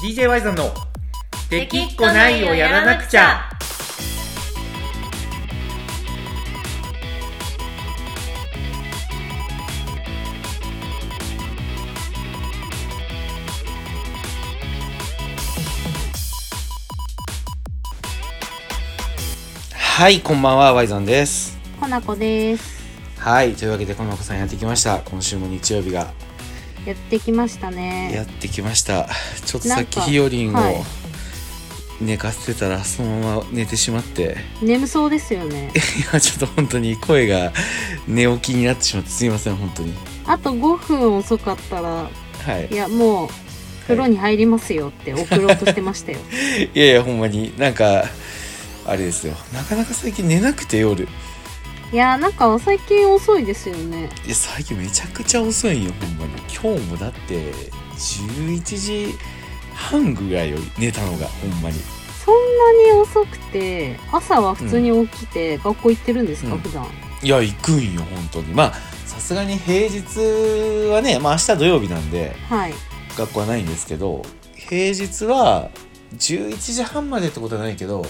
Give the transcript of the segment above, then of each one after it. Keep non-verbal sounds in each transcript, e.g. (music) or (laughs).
DJ ワイザンの「できっこないをやらなくちゃ」はいこんばんはワイザンですコナコですはいというわけでこの子さんやってきました今週も日曜日がやってきましたやねってきましたちょっとさっきなんかひよりんをはい寝かせてたらそのまま寝てしまって (laughs) 眠そうですよねいやちょっと本当に声が寝起きになってしまってすいません本当にあと5分遅かったらはいいやもう風呂に入りますよって送ろうとして (laughs) ましたよいやいやほんまになんかあれですよなかなか最近寝なくて夜いやなんか最近遅いですよねいや最近めちゃくちゃ遅いんよほんまに今日もだって11時半ぐらいよ寝たのがほんまにそんなに遅くて朝は普通に起きて学校行ってるんですか、うん普段いや行くんよ本当にまあさすがに平日はねまあ明日土曜日なんではい学校はないんですけど平日は11時半までってことはないけど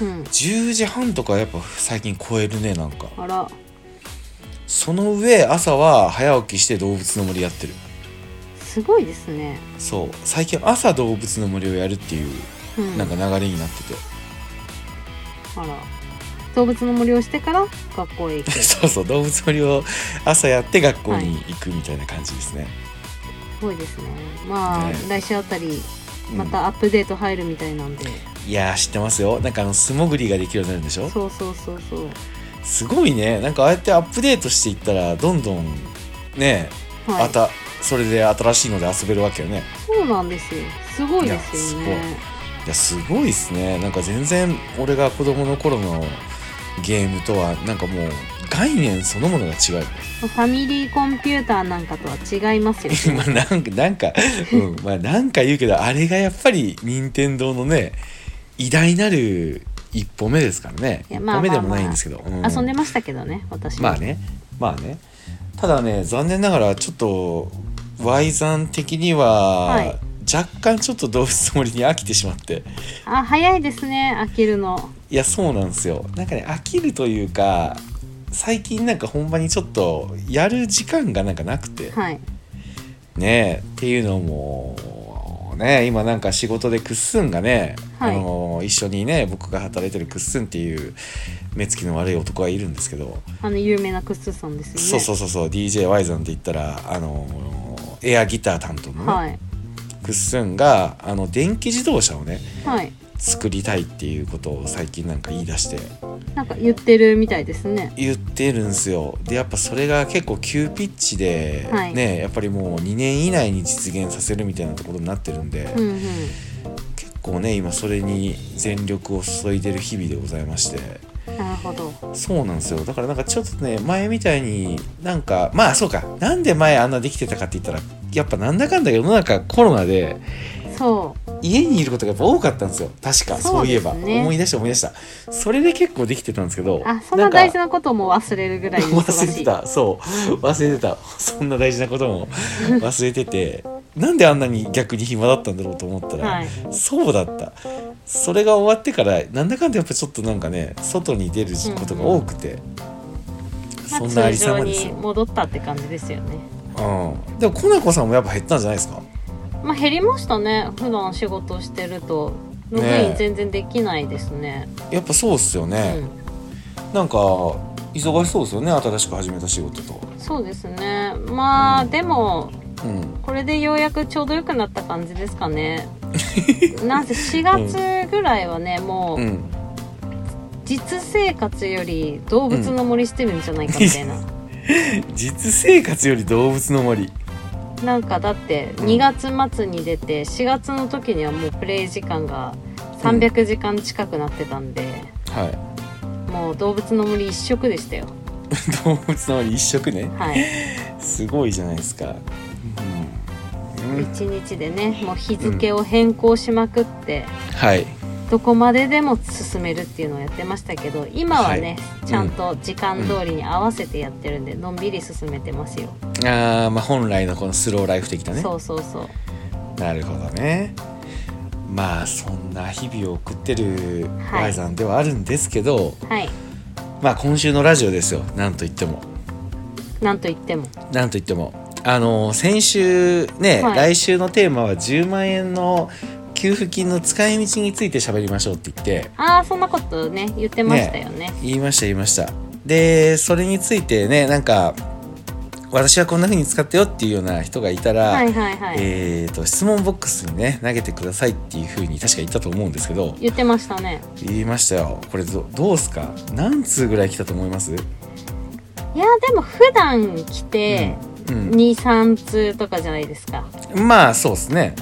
うん10時半とかやっぱ最近超えるねなんかあらその上朝は早起きして動物の森やってるすごいですねそう最近朝動物の森をやるっていううんなんか流れになってて、 (laughs) あら動物の森をしてから学校へ行くすそうそう動物の森を朝やって学校に行くみたいな感じですね、ごいですねまあ、ね来週あたりうんまたアップデート入るみたいなんで、いやー知ってますよなんかあの素潜りができるようになるんでしょそうそうそうそうすごいねなんかああやってアップデートしていったらどんどんねはまいたそれで新しいので遊べるわけよねそうなんですよすごいですよいやねいやすごいですねなんか全然俺が子供の頃のゲームとはなんかもう概念そのものが違う (laughs) ファミリーコンピューターなんかとは違 (laughs) いますよまあなんかなんか、 (laughs) うん、まあなんか言うけどあれがやっぱり任天堂のね偉大なる一歩目ですからね一いやまあ歩目でもないんですけど、うん遊んでましたけどね私もまあねまあねただね残念ながらちょっと Y 算的には、はい若干ちょっと動物の森に飽きてしまってあ早いですね飽きるのいやそうなんですよなんかね飽きるというか最近なんかほんまにちょっとやる時間がなんかなくてはいねえっていうのもね今なんか仕事でクッスンがね、はいあの一緒にね僕が働いてるクッスンっていう目つきの悪い男がいるんですけど、あの有名なクッスーさんですよねそうそううそうそう DJY さんって言ったらあのエアギター担当のね、はいクッスンがあの電気自動車をねはい作りたいっていうことを最近なんか言い出して。なんか言ってるみたいですね言ってるんすよでやっぱそれが結構急ピッチで、はいねやっぱりもう2年以内に実現させるみたいなところになってるんで、うんうん結構ね今それに全力を注いでる日々でございましてなるほどそうなんですよだからなんかちょっとね前みたいになんかまあそうかなんで前あんなできてたかって言ったらやっぱなんだかんだ世の中コロナでそ家にいることがやっぱ多かったんですよ確かそう,、そういえですねば思い出した思い出したそれで結構できてたんですけどうあそんなか大事なことも忘れるぐらい忘忙れしていたそう忘れてたそんな大事なこと (laughs) も忘れててなんであんなに逆に暇だったんだろうと思ったら、はいそうだったそれが終わってからなんだかんだやっぱちょっとなんかね外に出ることが多くて、まあそんなあり通さ常まですによ、戻ったって感じですよねうん、でもコナコさんもやっぱ減ったんじゃないですかまあ減りましたね普段仕事してるとログねイえン全然できないですねやっぱそうっすよね、なんか忙しそうですよね新しく始めた仕事とうん、そうですねまあでもうんこれでようやくちょうどよくなった感じですか (laughs) ねなんせ4月ぐらいはね、もううん (laughs) 実生活より動物の森してるんじゃないかみたいな、実生活より動物の森 (laughs) なんかだってうん2月末に出て4月の時にはもうプレイ時間が300時間近くなってたんで、はいもう動物の森一色でしたよ動物の森一色ね (laughs) はいすごいじゃないですか。うんうん、 1日でねもう日付を変更しまくって、はい。どこまででも進めるっていうのをやってましたけど今はね、はいちゃんと時間通りに合わせてやってるんで、のんびり進めてますよ、ああ、まあ本来のこのスローライフ的だね。そうそうそうなるほどね。まあそんな日々を送ってる Y さんではあるんですけど、はいまあ今週のラジオですよなんといってもなんと言ってもなんといってもあの先週ね、はい来週のテーマは10万円の給付金の使い道について喋りましょうって言ってああそんなことね言ってましたよね言いました言いましたでそれについてねなんか私はこんな風に使ったよっていうような人がいたら、はいはいはい、えー、と質問ボックスにね投げてくださいっていう風に確か言ったと思うんですけど言ってましたね言いましたよこれどどうすか何通ぐらい来たと思います、いやでも普段来てうん23通とかじゃないですかうん、まあそうですね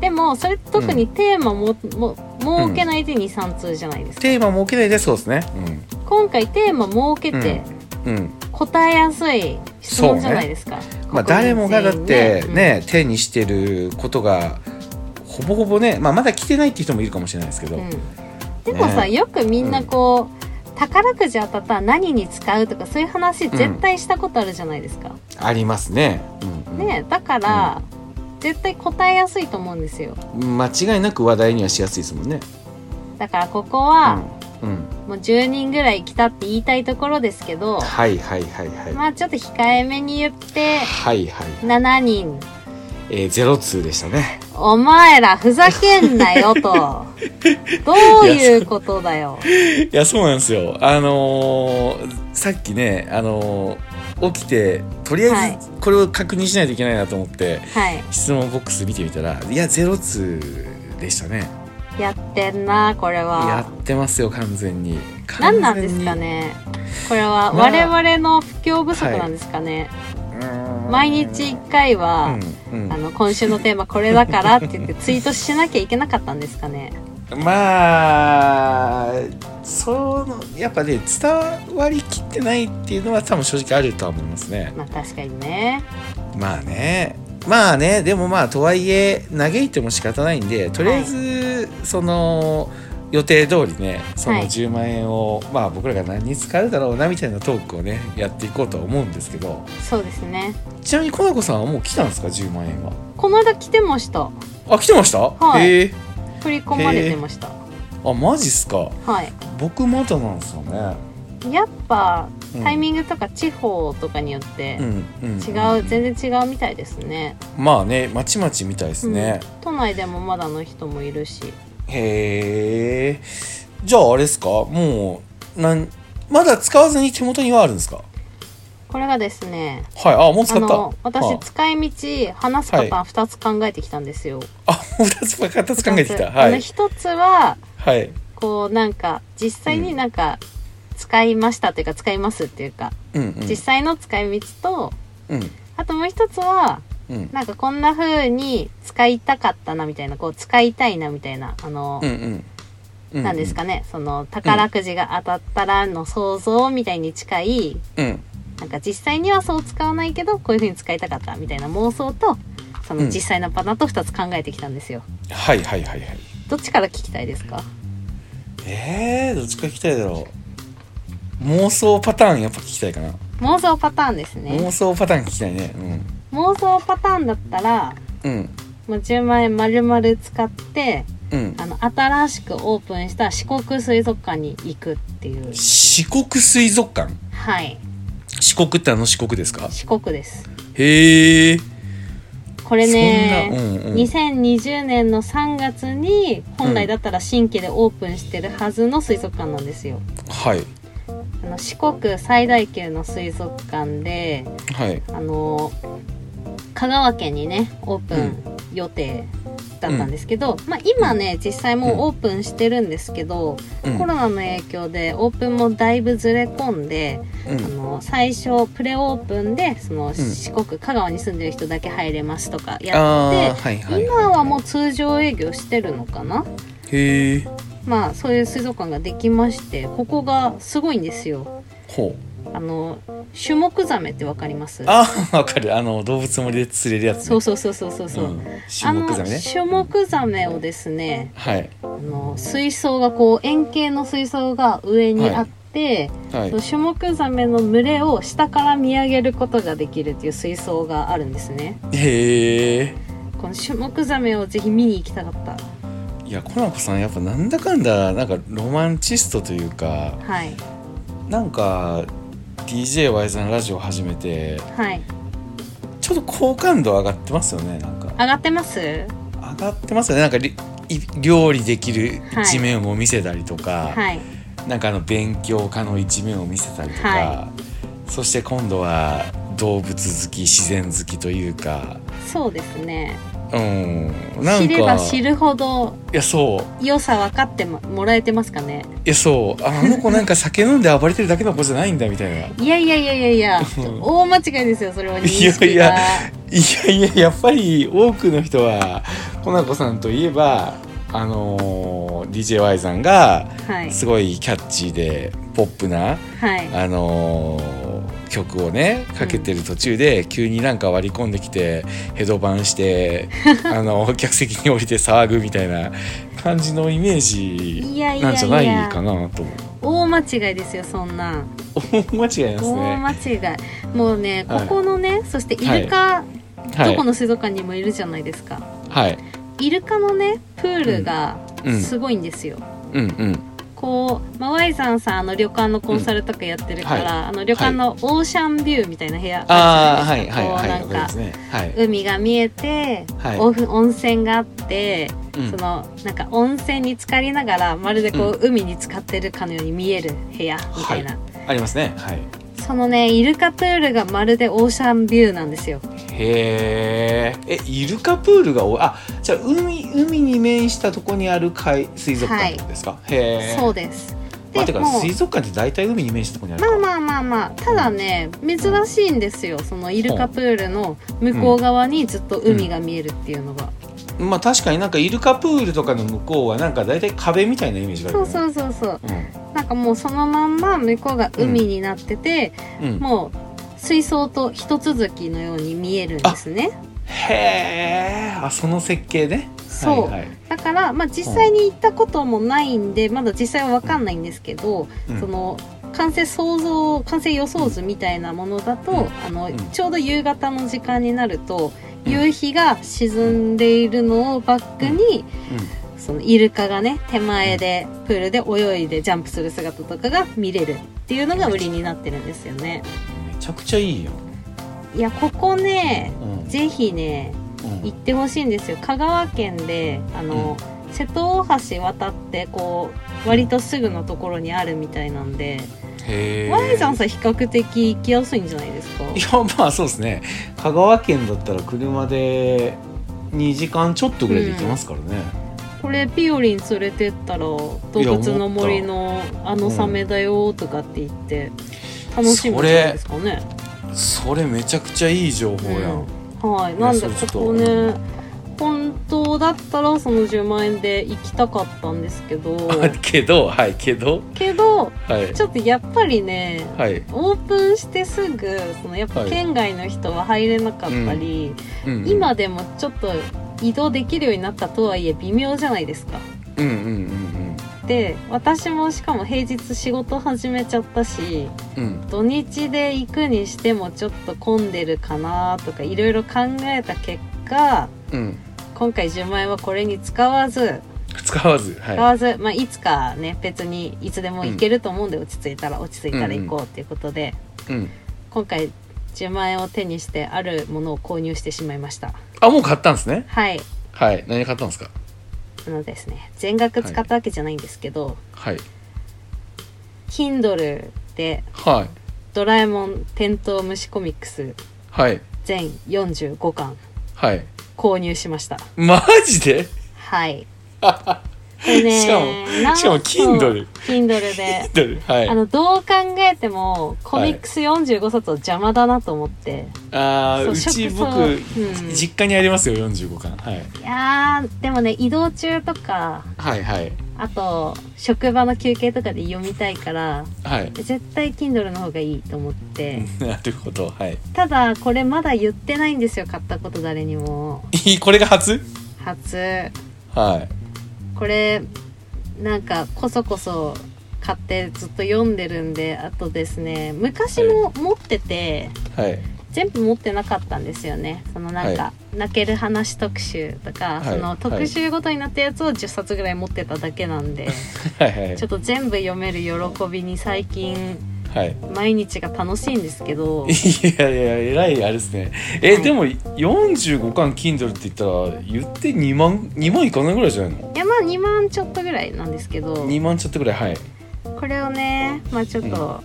でもそれ特にテーマも、も設けないで23通じゃないですか、テーマ設けないでそうですね今回テーマ設けてうん、うん、答えやすい質問じゃないですか、まあ国誰も民がだっ全員てね、手にしてることがほぼほぼね、まあ、まだ来てないっていう人もいるかもしれないですけど、うんうんでもさ、ねよくみんなこう、宝くじ当たったら何に使うとかそういう話絶対したことあるじゃないですか、ありますね,、うんうん、ねだから、絶対答えやすいと思うんですよ間違いなく話題にはしやすいですもんねだからここは、うん、うん、もう10人ぐらい来たって言いたいところですけど、はいはいはいはい、まあちょっと控えめに言ってはいはい、 7人えー、ゼロ通でしたねお前らふざけん (laughs) なよとどういうことだよいやそうなんですよあのーさっきねあのー起きてとりあえずこれを確認しないといけないなと思って、はい質問ボックス見てみたらいやゼロ通でしたねやってんなこれやはってますよ完全に何なんですかねこれはまあ我々の不況不足なんですかね、完全にうーん毎日1回うは、んあの今週のテーマこ (laughs) れだからって言ってツイートしなきゃいけなかったんですかねうん、まあそのやっぱね伝わりきってないっていうのは多分正直あるとは思いますねまあ確かにねまあねまあねでもまあとはいえ嘆いても仕方ないんでとりあえず、その予定通りねそのはい10万円を、まあ僕らが何に使うだろうなみたいなトークをねやっていこうとは思うんですけどそうですねちなみにコナコさんはもう来たんですか10万円はこの間来てましたあ来てました、はいへえ振り込まれてましたあマジっすかはい僕まだなんですよねやっぱタインミングとか地方とかによってグ、うんうん違う全然違うみたいですねまあねまちまちみたいですね、うん都内でもまだの人もいるしへえじゃああれですかもうなんまだ使わずに手元にはあるんですかこれがですねはいあもう使あったのは私使い道話すパターン2つ考えてきたんですよ、ああもう2つ2つ考えてきた二つはあのい1つははいこうなんか実際になんか使いましたというか使いますっていうか、うん実際の使い道とうんうんあともう一つはうんなんかこんな風に使いたかったなみたいなこう使いたいなみたいなあの、うんうんうんなんですかねその宝くじが当たったらの想像みたいに近いうんなんか実際にはそう使わないけどこういう風に使いたかったみたいな妄想とそうのん実際のパターンと2つ考えてきたんですよ。はいはいはいはいどっちから聞きたいですかえー、どっちか聞きたいだろう妄想パターンやっぱ聞きたいかな、妄想パターンですね妄想パターン聞きたいね妄想パターンだったらうんうんもう10万円丸々使ってうんあの新しくオープンした四国水族館に行くっていう四国水族館はい四国ってあの四国ですか四国ですへえこれね、そんなうんうん2020年の3月に本来だったら新規でオープンしてるはずの水族館なんですよはいあの四国最大級の水族館ではいあの香川県にねオープン予定だったんですけど、まあ、今ね実際もうオープンしてるんですけど、うんコロナの影響でオープンもだいぶずれ込んで、うあんの最初プレオープンでその四国、香川に住んでる人だけ入れますとかやって、あーはいはいい、今はもう通常営業してるのかなへえまあそういう水族館ができましてここがすごいんですよほうあのシュモクザメってわかりますあー (laughs) わかるあの動物森で釣れるやつ、ね、そううそうそうそうそうそう、ん、シあュモのクザメねシュモクザメをですねはいあの水槽がこう円形の水槽が上にあって、はいそうシュモクザメの群れを下から見上げることができるっていう水槽があるんですねへえこのシュモクザメをぜひ見に行きたかったいやコナコさんやっぱなんだかんだなんかロマンチストというかはいなんか DJY さんラジオ始めてはいちょっと好感度上がってますよねなんか上がってます上がってますよねなんかりい料理できる一面を見せたりとか、はいなんかあの勉強家の一面を見せたりとか、はそして今度は動物好き自然好きというかそうですねうんなんか知れば知るほどいやそう良さ分かってももらえてますかねいやそうああの子なんか酒飲んで暴れてるだけの子じゃないんだみたいないやいやいやいやいやうん大間違いですよそれは認識いがやいやいややっぱり多くの人はコナコさんといえばあのー DJY さんがはいすごいキャッチーでポップな、はいあのー曲をねかけてる途中で急になんか割り込んできてヘドバンして (laughs) あの客席に降りて騒ぐみたいな感じのイメージいやいなんやじゃいないやかなと思う。大間違いですよそんなん (laughs) 間違いです大ね。間違いもうねこはいこのねそしてイルカはどいこの水族館にもいるじゃないですかはいイルカのねプールがうんすごいんですようんうんこう、まあ、ワイザンさんあの旅館のコンサルとかやってるから、うんはあの旅館のオーシャンビューみたいな部屋あああはるいじゃはいはいなわいですかこかうりなんまかすねはい海が見えて、はいおふ温泉があって、うんそのなんか温泉に浸かりながらまるでこう、海に浸かってるかのように見える部屋みたいな、ありますねはいそのねイルカプールがまるでオーシャンビューなんですよへーえイルカプールがおあじゃあ海海に面したとこにある海水族館ってことですか、へえそううですまあ、てでかもう水族館って大体海に面したとこにあるかまあまあまあまあただね珍しいんですよそのイルカプールの向こう側にずっと海が見えるっていうのが、まあ確かになんかイルカプールとかの向こうはなんか大体壁みたいなイメージがあるそようねそうそうそううなんかもうそのまんま向こうが海になってて、ん、うん、もう水槽と一続きのように見えるんですねへえあその設計ねそうはいはいだから、まあ、実際に行ったこともないんでまだ実際は分かんないんですけど、うんその完成想像完成予想図みたいなものだと、うんあのうんちょうど夕方の時間になると、うん夕日が沈んでいるのをバックに、そのイルカがね手前でプールで泳いでジャンプする姿とかが見れるっていうのが売りになってるんですよね。うん、めちゃくちゃいいよ、いやここねうんうん、ぜひね行ってほしいんですよ香川県であの、瀬戸大橋渡ってこう割とすぐのところにあるみたいなんで、へえワイザンさん比較的行きやすいんじゃないですかいやまあそうですね香川県だったら車で2時間ちょっとぐらいで行けますからね、これピオリン連れてったら動物の森のあのサメだよとかって言って楽しむんじゃないですかね、それめちゃくちゃいい情報やん、はいいやなんでそれちょこっとこね本当だったらその10万円で行きたかったんですけどけどはいけどけどはいちょっとやっぱりねはい、オープンしてすぐそのやっぱはい県外の人は入れなかったり、うん、今でもちょっと移動できるようになったとはいえ微妙じゃないですか。うんうんうんで私もしかも平日仕事始めちゃったしうんうん土日で行くにしてもちょっと混んでるかなとかいろいろ考えた結果うん今回10万円はこれに使わず使わずはい使わず、いまあ、いつかね別にいつでも行けると思うんで、落ち着いたら落ち着いたら行こうっていうことで、うん、今回10万円を手にしてあるものを購入してしまいましたあもう買ったんですねはいはい何買ったんですかあのですね全額使ったわけじゃないんですけど、はい Kindle ではい「ドラえもんテントウムシコミックスはい」全45巻はい購入しましたマジではいこれしかもなんしかも Kindle そう Kindle で (laughs) はいあのどう考えてもコミックス45冊を邪魔だなと思って、あーそううち食そう僕、うん実家にありますよ45巻はいい、やーでもね移動中とかはいはいあと職場の休憩とかで読みたいからはい (laughs) 絶対 Kindle の方がいいと思ってなるほどはいただこれまだ言ってないんですよ買ったこと誰にもいいこれが初初はいこれなんかこそこそ買ってずっと読んでるんであとですね昔も持っててはい全部持ってなかったんですよねそのなんか、は泣ける話特集とはか、いそはのい特集ごとになったやつを10冊ぐらい持ってただけなんで、はいはいちょっと全部読める喜びに最近はい毎日が楽しいんですけどいやいや偉いあれですねえ、はいでも45巻 Kindle って言ったら言って2万2万いかないぐらいじゃないのいやまあ2万ちょっとぐらいなんですけど2万ちょっとぐらいはいこれをねまあちょっと、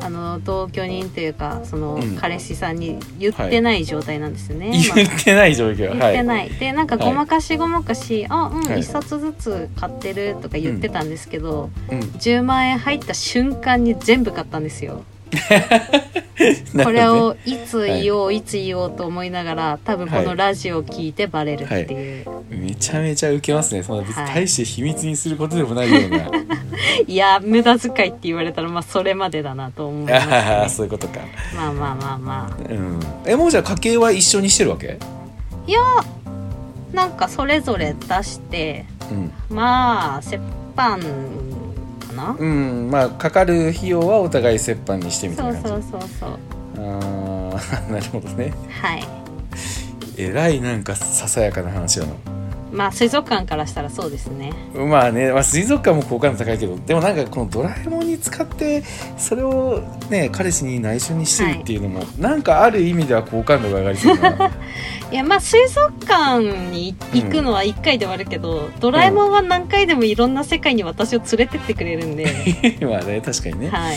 あの同居人というかその、うん彼氏さんに言ってない状態なんですよね、まあ言ってない状況言っはていない、でなんかはいごまかしごまかし、あうん、はい1冊ずつ買ってるとか言ってたんですけど、うん10万円入った瞬間に全部買ったんですよこれなるほどねをいつ言おう、い、つ言おうと思いながら多分このラジオを聞いてバレるっていう、めちゃめちゃウケますねそんな別にはい大して秘密にすることでもないような、い、や無駄遣いって言われたらまあそれまでだなと思いあまはす、ねは、 (laughs) そういうことかまあまあまあまうんえもうじゃあ家計は一緒にしてるわけあなんかそれぞれ出してうん、まあ折半かな、うん、まあかかる費用はお互い折半にしてみたそいうなそ感うじそうそうあー (laughs) なるほどねはいえらいなんかささやかな話だなまあ水族館からしたらそうですねまあね、まあ、水族館も好感度高いけどでもなんかこの「ドラえもん」に使ってそれをね彼氏に内緒にしてるっていうのも、なんかある意味では好感度が上がりそう (laughs) ないやまあ水族館に行くのは1回ではあるけど、ドラえもんは何回でもいろんな世界に私を連れてってくれるんで、まあ (laughs) ね確かにね、はい、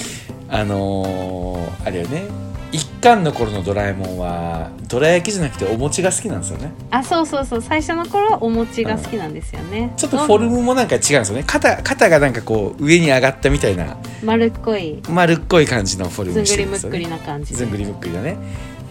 あのーあれよね一巻の頃の「ドラえもんは」どら焼きじゃなくてお餅が好きなんですよねあそうそうそう最初の頃はお餅が好きなんですよね、ちょっとフォルムもなんか違うんですよね肩肩がなんかこう上に上がったみたいな丸っこい丸っこい感じのフォルずムんしてぐりるんでむっすよくりねな感じずでんぐりむっくりだね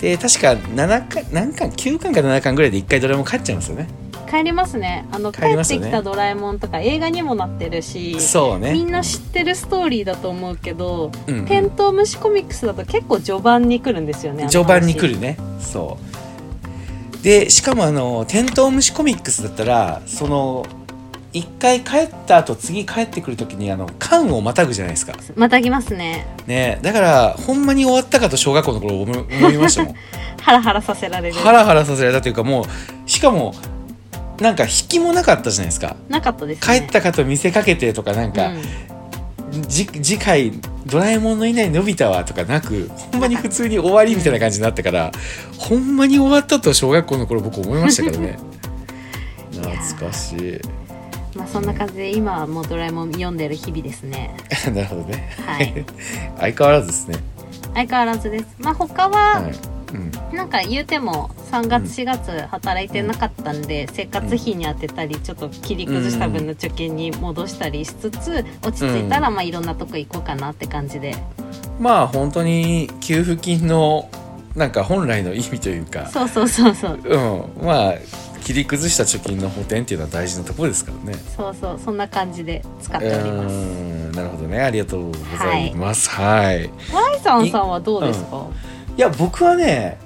で確か7巻何巻9巻か7巻ぐらいで一回ドラえもん帰っちゃうんですよね帰りますねあの帰り帰まっすよてねきた「ドラえもん」とか映画にもなってるし、そうみね、んな知ってるストーリーだと思うけどうん「うんテントウムシコミックス」だと結構序盤に来るんですよねあの話序盤に来るねそうでしかもあの「テントウムシコミックス」だったらその一回帰った後次帰ってくる時にあの缶をまたぐじゃないですかまた来ますねねだからほんまに終わったかと小学校の頃思い思いましたも (laughs) んハラハラさせられるハラハラさせられたというかもうしかもなんか引きもなかったじゃないですかなかったですね帰ったかと見せかけてとかなんか、うんじ次回「ドラえもんのいないのび太は」とかなくほんまに普通に終わりみたいな感じになったから、ほんまに終わったと小学校の頃僕思いましたから (laughs) ね懐かしい (laughs) まあそんな感じで今はもうドラえもん読んでる日々ですね。なるほどね (laughs) はい。相変わらずですね相変わらずです。まあ他は、はいうん、なんか言うても3月4月働いてなかったんで生活費に当てたりちょっと切り崩した分の貯金に戻したりしつつ落ち着いたらまあいろんなとこ行こうかなって感じで。まあ本当に給付金のなんか本来の意味というかそうそうそうそう。うんまあ切り崩した貯金の補填っていうのは大事なところですからねそうそうそんな感じで使っておりうます。んなるほどねありがとうございますはい Y さんさんはどうですか？いや僕はね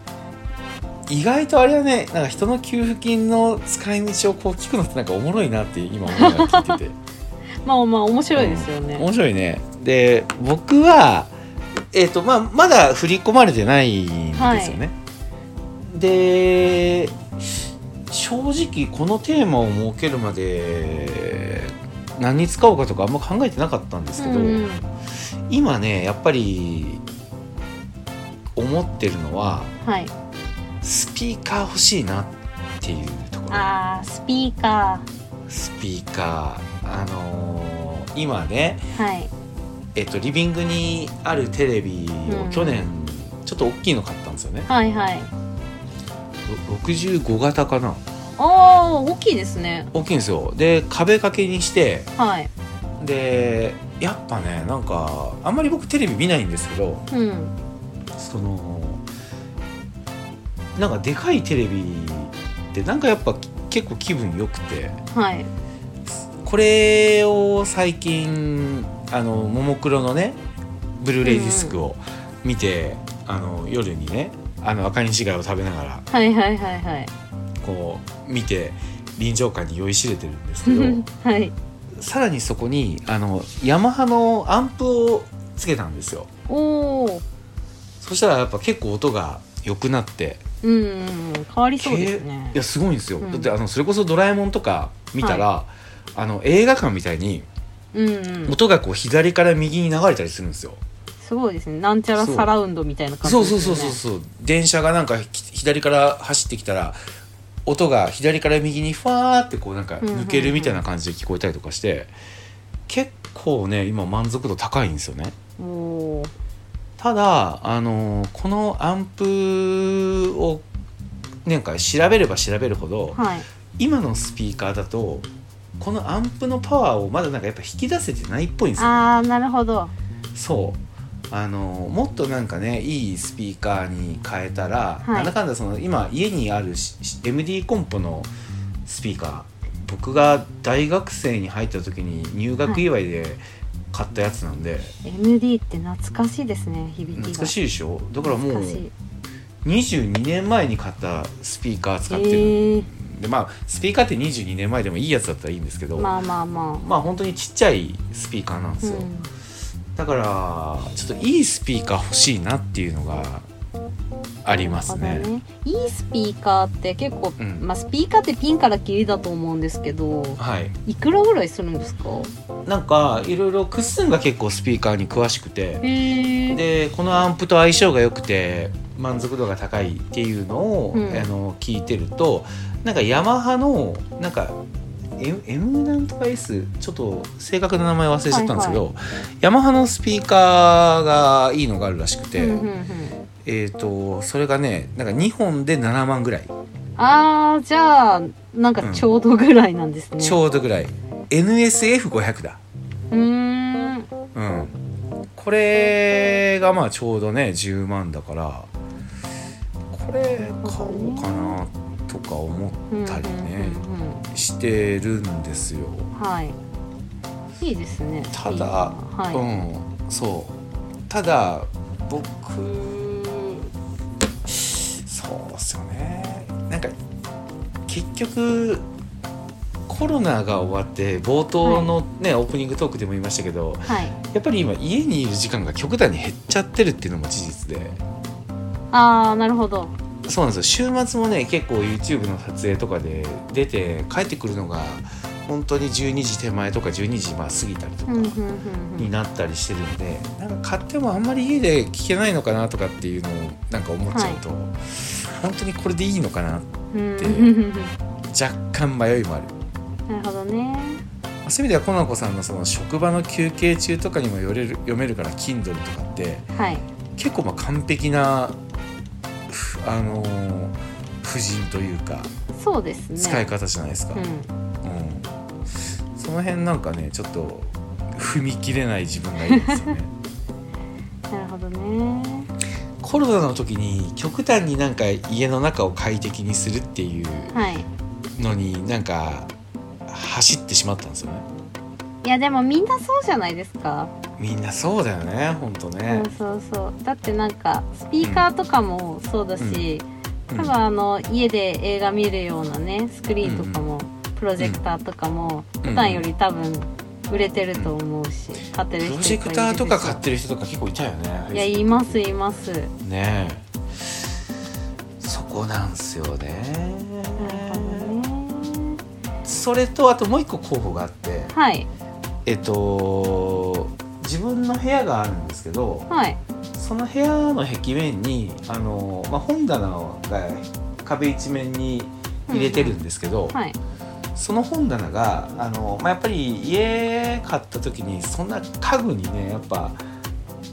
意外とあれはねなんか人の給付金の使い道をこう聞くのってなんかおもろいなって今思いながら聞いてて (laughs) まあまあ面白いですよね。面白いねで僕は、えーとまあ、まだ振り込まれてないんですよね、で正直このテーマを設けるまで何に使おうかとかあんま考えてなかったんですけど、うんうん今ねやっぱり思ってるのははい。スピーカー欲しいなっていうところああスピーカスピーカーあのー今ね、ーはい。えっと、リビングにあるテレビうをん去年ちょっと大きいの買ったんですよねはいはい。ろ65型かなああ大きいですね大きいんですよで壁掛けにしてはいでやっぱねなんかあんまり僕テレビ見ないんですけどうんそのなんかでかいテレビってなんかやっぱ結構気分良くてはいこれを最近あのももクロのねブルーレイディスクを見て、あの夜にねあの赤西貝を食べながらはいはいはいはいこう見て臨場感に酔いしれてるんですけど (laughs) はい (laughs) さらにそこにあのヤマハのアンプをつけたんですよおおそしたらやっぱ結構音が良くなってうんうんうん変わりそうですねけいやすごいんですよ、うんだってあのそれこそ「ドラえもん」とか見たら、あの映画館みたいにうんうん音がこう左から右に流れたりするんですよ、すごいですねなんちゃらサラウンドみたいな感じそうですそようねそうそうそう電車がなんかき左から走ってきたら音が左から右にファーってこうなんか抜けるみたいな感じで聞こえたりとかして、結構ね今満足度高いんですよねおーただあのーこのアンプをなんか調べれば調べるほどはい今のスピーカーだとこのアンプのパワーをまだなんかやっぱ引き出せてないっぽいんですよねああなるほどそうあのもっとなんかねいいスピーカーに変えたら、はいなんだかんだその今家にあるしし MD コンポのスピーカー僕が大学生に入った時に入学祝いで買ったやつなんで、 MD って懐かしいですね響きが懐かしいいでしょだからもう懐かしい22年前に買ったスピーカー使ってる、えでまあスピーカーって22年前でもいいやつだったらいいんですけど、ー、まあまあまあまあ本当にちっちゃいスピーカーなんですよ、うんだからちょっといいスピーカー欲しいなっていうのがありますなねるほどいいスピーカーって結構、うんまあスピーカーってピンからキリだと思うんですけどはいいくらぐらいするんですかなんかいろいろクッスンが結構スピーカーに詳しくてへえでこのアンプと相性が良くて満足度が高いっていうのを、うんあの聞いてるとなんかヤマハのなんか M, M なんとか S ちょっと正確な名前忘れちゃったんですけど、ヤマハのスピーカーがいいのがあるらしくて、うんうんうん、えっ、とそれがねなんか2本で7万ぐらい。あーじゃあなんかちょうどぐらいなんですね、ちょうどぐらい NSF500 だうーんうんこれがまあちょうどね10万だからこれ買おうかなとか思うんったりねうんうんうんしてるんですよ、はいいいですねただいいなはい、うんそうただ僕そうっすよねなんか結局コロナが終わって冒頭のね、オープニングトークでも言いましたけど、はい、やっぱり今家にいる時間が極端に減っちゃってるっていうのも事実でああなるほどそうなんですよ週末もね結構 YouTube の撮影とかで出て帰ってくるのが本当に12時手前とか12時まあ過ぎたりとかうんうんうんうにんなったりしてるのでなんか買ってもあんまり家で聞けないのかなとかっていうのをなんか思っちゃうと、本当にこれでいいのかなうんてうん若干迷いもある。なるほどねまあそういう意味ではコナコさんのその職場の休憩中とかにもよれる読めるから Kindle とかってはい結構まあ完璧なふあのー婦人というかそうですね使い方じゃないですか、ううんんその辺なんかねちょっと踏み切れない自分がいるんです (laughs) よねなるほどね。コロナの時に極端になんか家の中を快適にするっていうはい。のになんか走ってしまったんですよねいやでもみんなそうじゃないですか。みんなそうだよねほんとねそうそうそう。だってなんかスピーカーとかもそうだし、うん多分あの家で映画見るようなねスクリーンとかも、プロジェクターとかも、普段より多分売れてると思うし、買ってプる人いっロぱいジェクターとか買っるてる人とか結構いたよねしいやいますいます。ねえそこなんすよねなるほどね。それとあともう一個候補があってはいえっと自分の部屋があるんですけどはいその部屋の壁面にあの、まあ、本棚が壁一面に入れてるんですけど、はい。その本棚があの、まあ、やっぱり家買った時にそんな家具にねやっぱ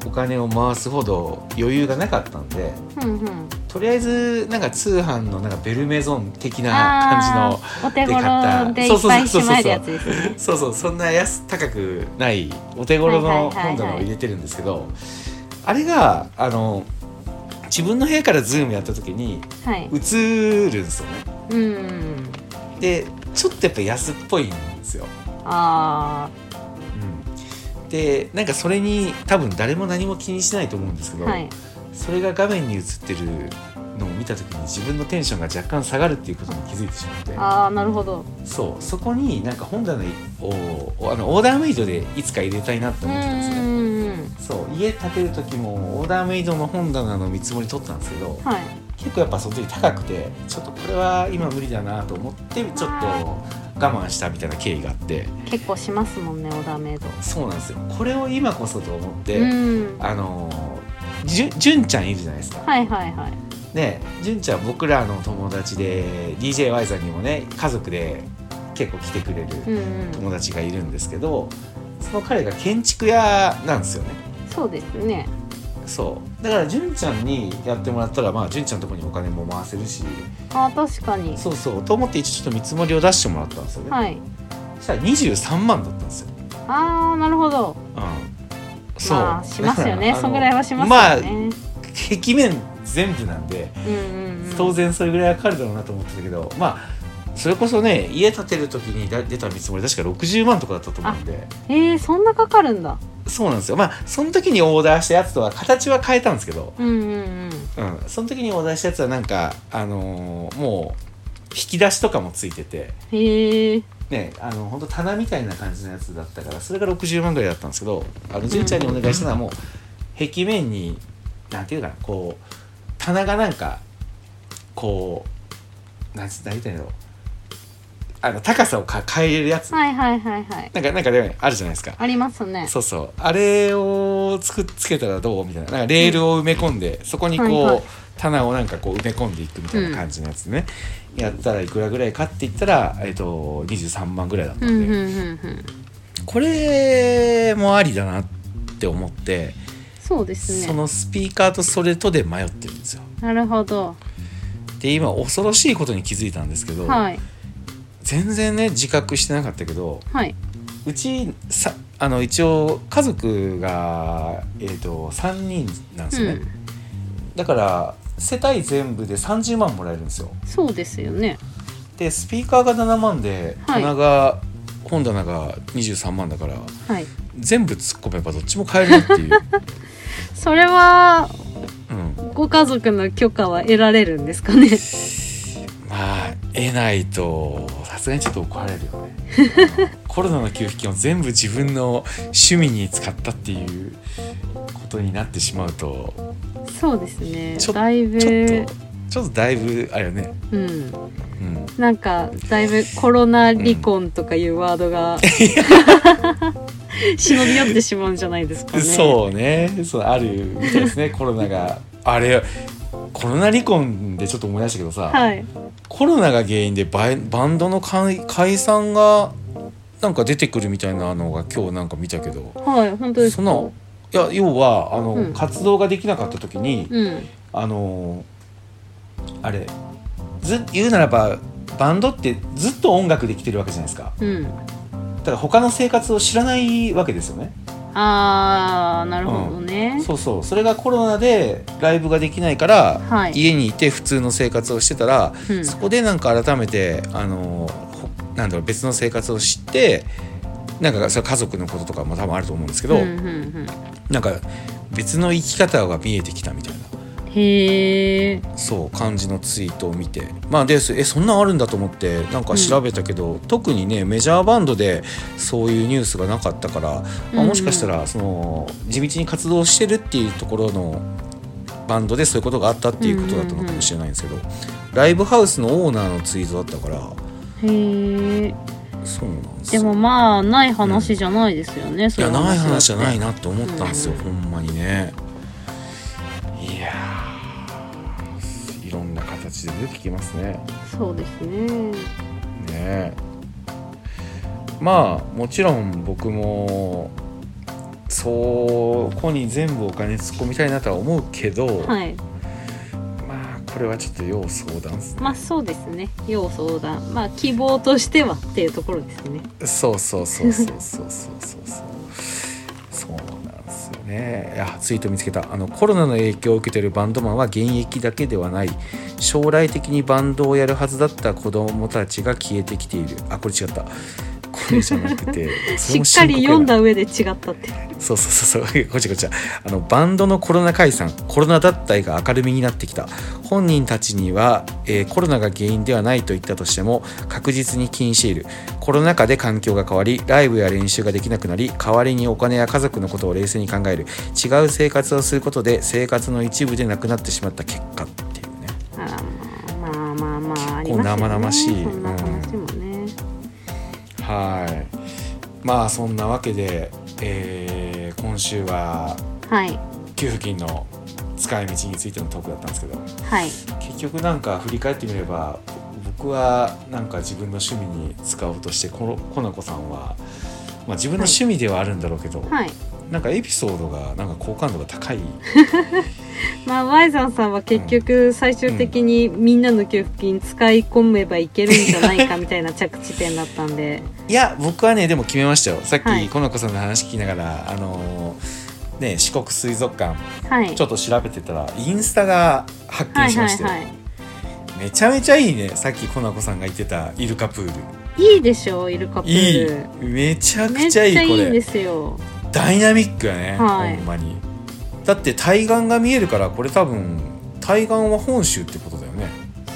お金を回すほど余裕がなかったんで。うんうん。とりあえずなんか通販のなんかベルメゾン的な感じあのーお手頃でいそうっそうぱそういそうしまえるやつですね。そうそうそんな安高くないお手頃のはいはいはいはい本棚を入れてるんですけどあれがあの自分の部屋からズームやった時にはい。映るんですよねうん。でちょっとやっぱ安っぽいんですよ、あうんでなんかそれに多分誰も何も気にしないと思うんですけあど、はいそれが画面に映ってるのを見た時に自分のテンションが若干下がるっていうことに気づいてしまってああなるほどそうそこになんか本棚をあのオーダーメイドでいつか入れたいなってうん思ってたんですねうんうんそう家建てる時もオーダーメイドの本棚の見積もり取ったんですけどはい結構やっぱその時高くてちょっとこれは今無理だなと思ってちょっと我慢したみたいな経緯があって結構しますもんねオダーメイドそうなんですよこれを今こそと思って、うんあのじゅじゅんちゃんいるじゃないですか、はいはいはいねじゅんちゃん僕らの友達で DJY さんにもね家族で結構来てくれるうんうん友達がいるんですけど、その彼が建築屋なんですよねそうですねそうだから純ちゃんにやってもらったらまあ純ちゃんのとこにお金も回せるしあ確かにそうそうと思って一応ちょっと見積もりを出してもらったんですよね、はいそしたら23万だったんですよ、あーなるほどうん、そう、まあしますよ (laughs) ねだからあのそんぐらいはしますよねあ壁面全部なんでうんうんうん当然それぐらいかかるだろうなと思ってたけど、まあそれこそね家建てる時にだ出た見積もり確か60万とかだったと思うんでえー、そんなかかるんだそうなんですよまあその時にオーダーしたやつとは形は変えたんですけど、うんうんうん、その時にオーダーしたやつはなんかあのーもう引き出しとかもついててうんへえねあの本当棚みたいな感じのやつだったからそれが60万ぐらいだったんですけどあの純ちゃんにお願いしたのはもう壁面になんていうかなこう棚がなんかこうなんつ何言ったらいいんだろうあの高さをか変えれるやつなはいはいはいはいんかなんかねあるじゃないですか。ありますねそうそうあれをつくつけたらどうみたいななんかレールを埋め込んで、そこにこう、はいはい棚をなんかこう埋め込んでいくみたいな感じのやつね、やったらいくらぐらいかって言ったら、えっと23万ぐらいだったんうで、んうんうんうんこれもありだなって思って、そうですそねのスピーカーとそれとで迷ってるんですよなるほどで今恐ろしいことに気づいたんですけど、はい全然ね自覚してなかったけどはいうちさあの一応家族が、えー、と3人なんですよね、うだから世帯全部で30万もらえるんですよんそうですよねでスピーカーが7万ではい棚が、本棚が23万だからはい全部突っ込めばどっちも買えるって (laughs) いう、それはうん、ご家族の許可は得られるんですかねまあ得ないとさすがにちょっと怒られるよね (laughs) あのコロナの給付金を全部自分の趣味に使ったっていうことになってしまうとそうですねちょだいちょっぶとちょっとだいぶあれよね、うんうん、なんかだいぶコロナ離婚とかいうワード (laughs) が、忍び寄ってしまうんじゃないですかねそうねそうあるみたいですねコロナがあれコロナ離婚でちょっと思い出したけどさ、はいコロナが原因でバイバンドの解解散がなんか出てくるみたいなのが今日なんか見たけどはい本当ですそかのいや要はあの、うん活動ができなかった時に、うんあのあれず言うならばバンドってずっと音楽できてるわけじゃないですかうんだから他の生活を知らないわけですよねああなるほどね、そうそうそれがコロナでライブができないから、はい家にいて普通の生活をしてたら、うんそこでなんか改めてあのほなんだろう別の生活を知ってなんかそれ家族のこととかも多分あると思うんですけど、うんうんうんなんか別の生き方が見えてきたみたいへえなそう感じのツイートを見てまあでそえそんなんあるんだと思ってなんか調べたけど、特にねメジャーバンドでそういうニュースがなかったから、まあうんうんもしかしたらその地道に活動してるっていうところのバンドでそういうことがあったっていうことだったのかもしれないんですけど、ライブハウスのオーナーのツイートだったからへえそうなんですでよ。もまあない話じゃないですよね、いそれやはない話じゃないいなって思ったんですよ、うんほんまにねいやーいろんな形で出てきますねそうですねねえまあもちろん僕もそこに全部お金突っ込みたいなとは思うけど、はいまあこれはちょっと要相談っすまあそうですね要相談まあ希望としてはっていうところですねそうそうそうそうそうそうそうそう。そうなんですよね。いやツイート見つけた。あのコロナの影響を受けてるバンドマンは現役だけではない。将来的にバンドをやるはずだった子供たちが消えてきている。あこれ違った。これじゃなく (laughs) てそしれも深っか刻やなり読んだ上で違ったってそうそうそうそうこっちこっちあのバンドのコロナ解散コロナ脱退が明るみになってきた本人たちには、えーコロナが原因ではないと言ったとしても確実に起因しているコロナ禍で環境が変わりライブや練習ができなくなり代わりにお金や家族のことを冷静に考える違う生活をすることで生活の一部でなくなってしまった結果っていうねりますよね結構生々しいそんな話もね、はいまあそんなわけで、えー今週ははい給付金の使い道についてのトークだったんですけどはい結局なんか振り返ってみれば僕はなんか自分の趣味に使おうとしてこのこなこさんは、まあ、自分の趣味ではあるんだろうけど、はいなんかエピソードがなんか好感度が高いまあワイザンさんは結局最終的にみんなの給付金使い込めばいけるんじゃないかみたいな着地点だったんでいや僕はねでも決めましたよさっはいきこなこさんの話聞きながら、あのーね四国水族館はいちょっと調べてたらインスタが発は見いしまはいして、はいめちゃめちゃいいねさっきこなこさんが言ってたイルカプールいいでしょうイルカプいーいルめちゃめくっちちゃゃいいいこいんれですよダイナミックやね、はいほんまにだって対岸が見えるからこれ多分対岸は本州ってことだよね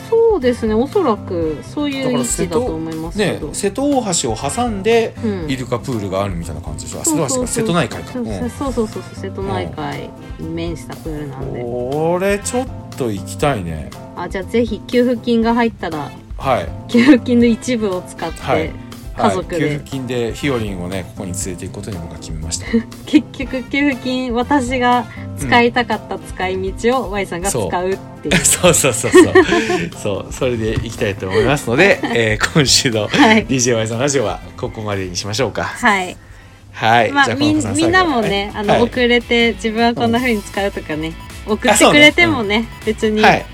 そうですねおそらくそういう位置だと思いますけねど、瀬戸大橋を挟んでうんイルカプールがあるみたいな感じでしょ、あ瀬そう戸そ大う橋か瀬戸内海か、そううんそうそうそう瀬戸内海に面したプールなんでこれちょっと行きたいねあじゃあぜひ給付金が入ったらはい、給付金の一部を使って、はい家族はい、で給付金でひよりんをねここに連れていくことに僕は決めました (laughs) 結局給付金私が使いたかった使い道を Y さんが使うっていう、そうそうそうそうそうそれでいきたいと思いますの (laughs) で、えー今週のはい DJY さんラジオはここまでにしましょうかはいはい、まあじゃみこの子んさみんなもね、最あ後の、はい遅れて自分はこんな風に使うとかね送あってそうくねれてもね別に、はい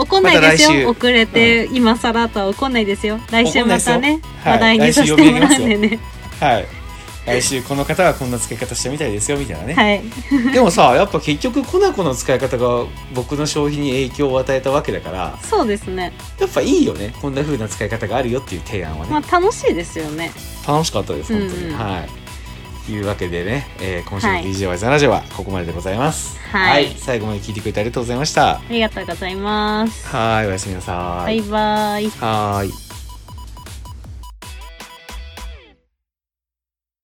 怒んないですまた来週よ、遅れて、今更とは怒んないですよ来週またね怒んないですよはい話題にさせてもらうんでねはい来週この方はこんな使い方したみたいですよみたいなね、はいでもさやっぱ結局コナコの使い方が僕の消費に影響を与えたわけだからそうですねやっぱいいよねこんな風な使い方があるよっていう提案はね、まあ楽しいですよね楽しかったです本当に、うんうんはいというわけでね、えー今週のはい DJY ザラジオはここまででございますはい最後まで聞いてくれてありがとうございましたありがとうございますはい、おやすみなさバい。イバイはーい。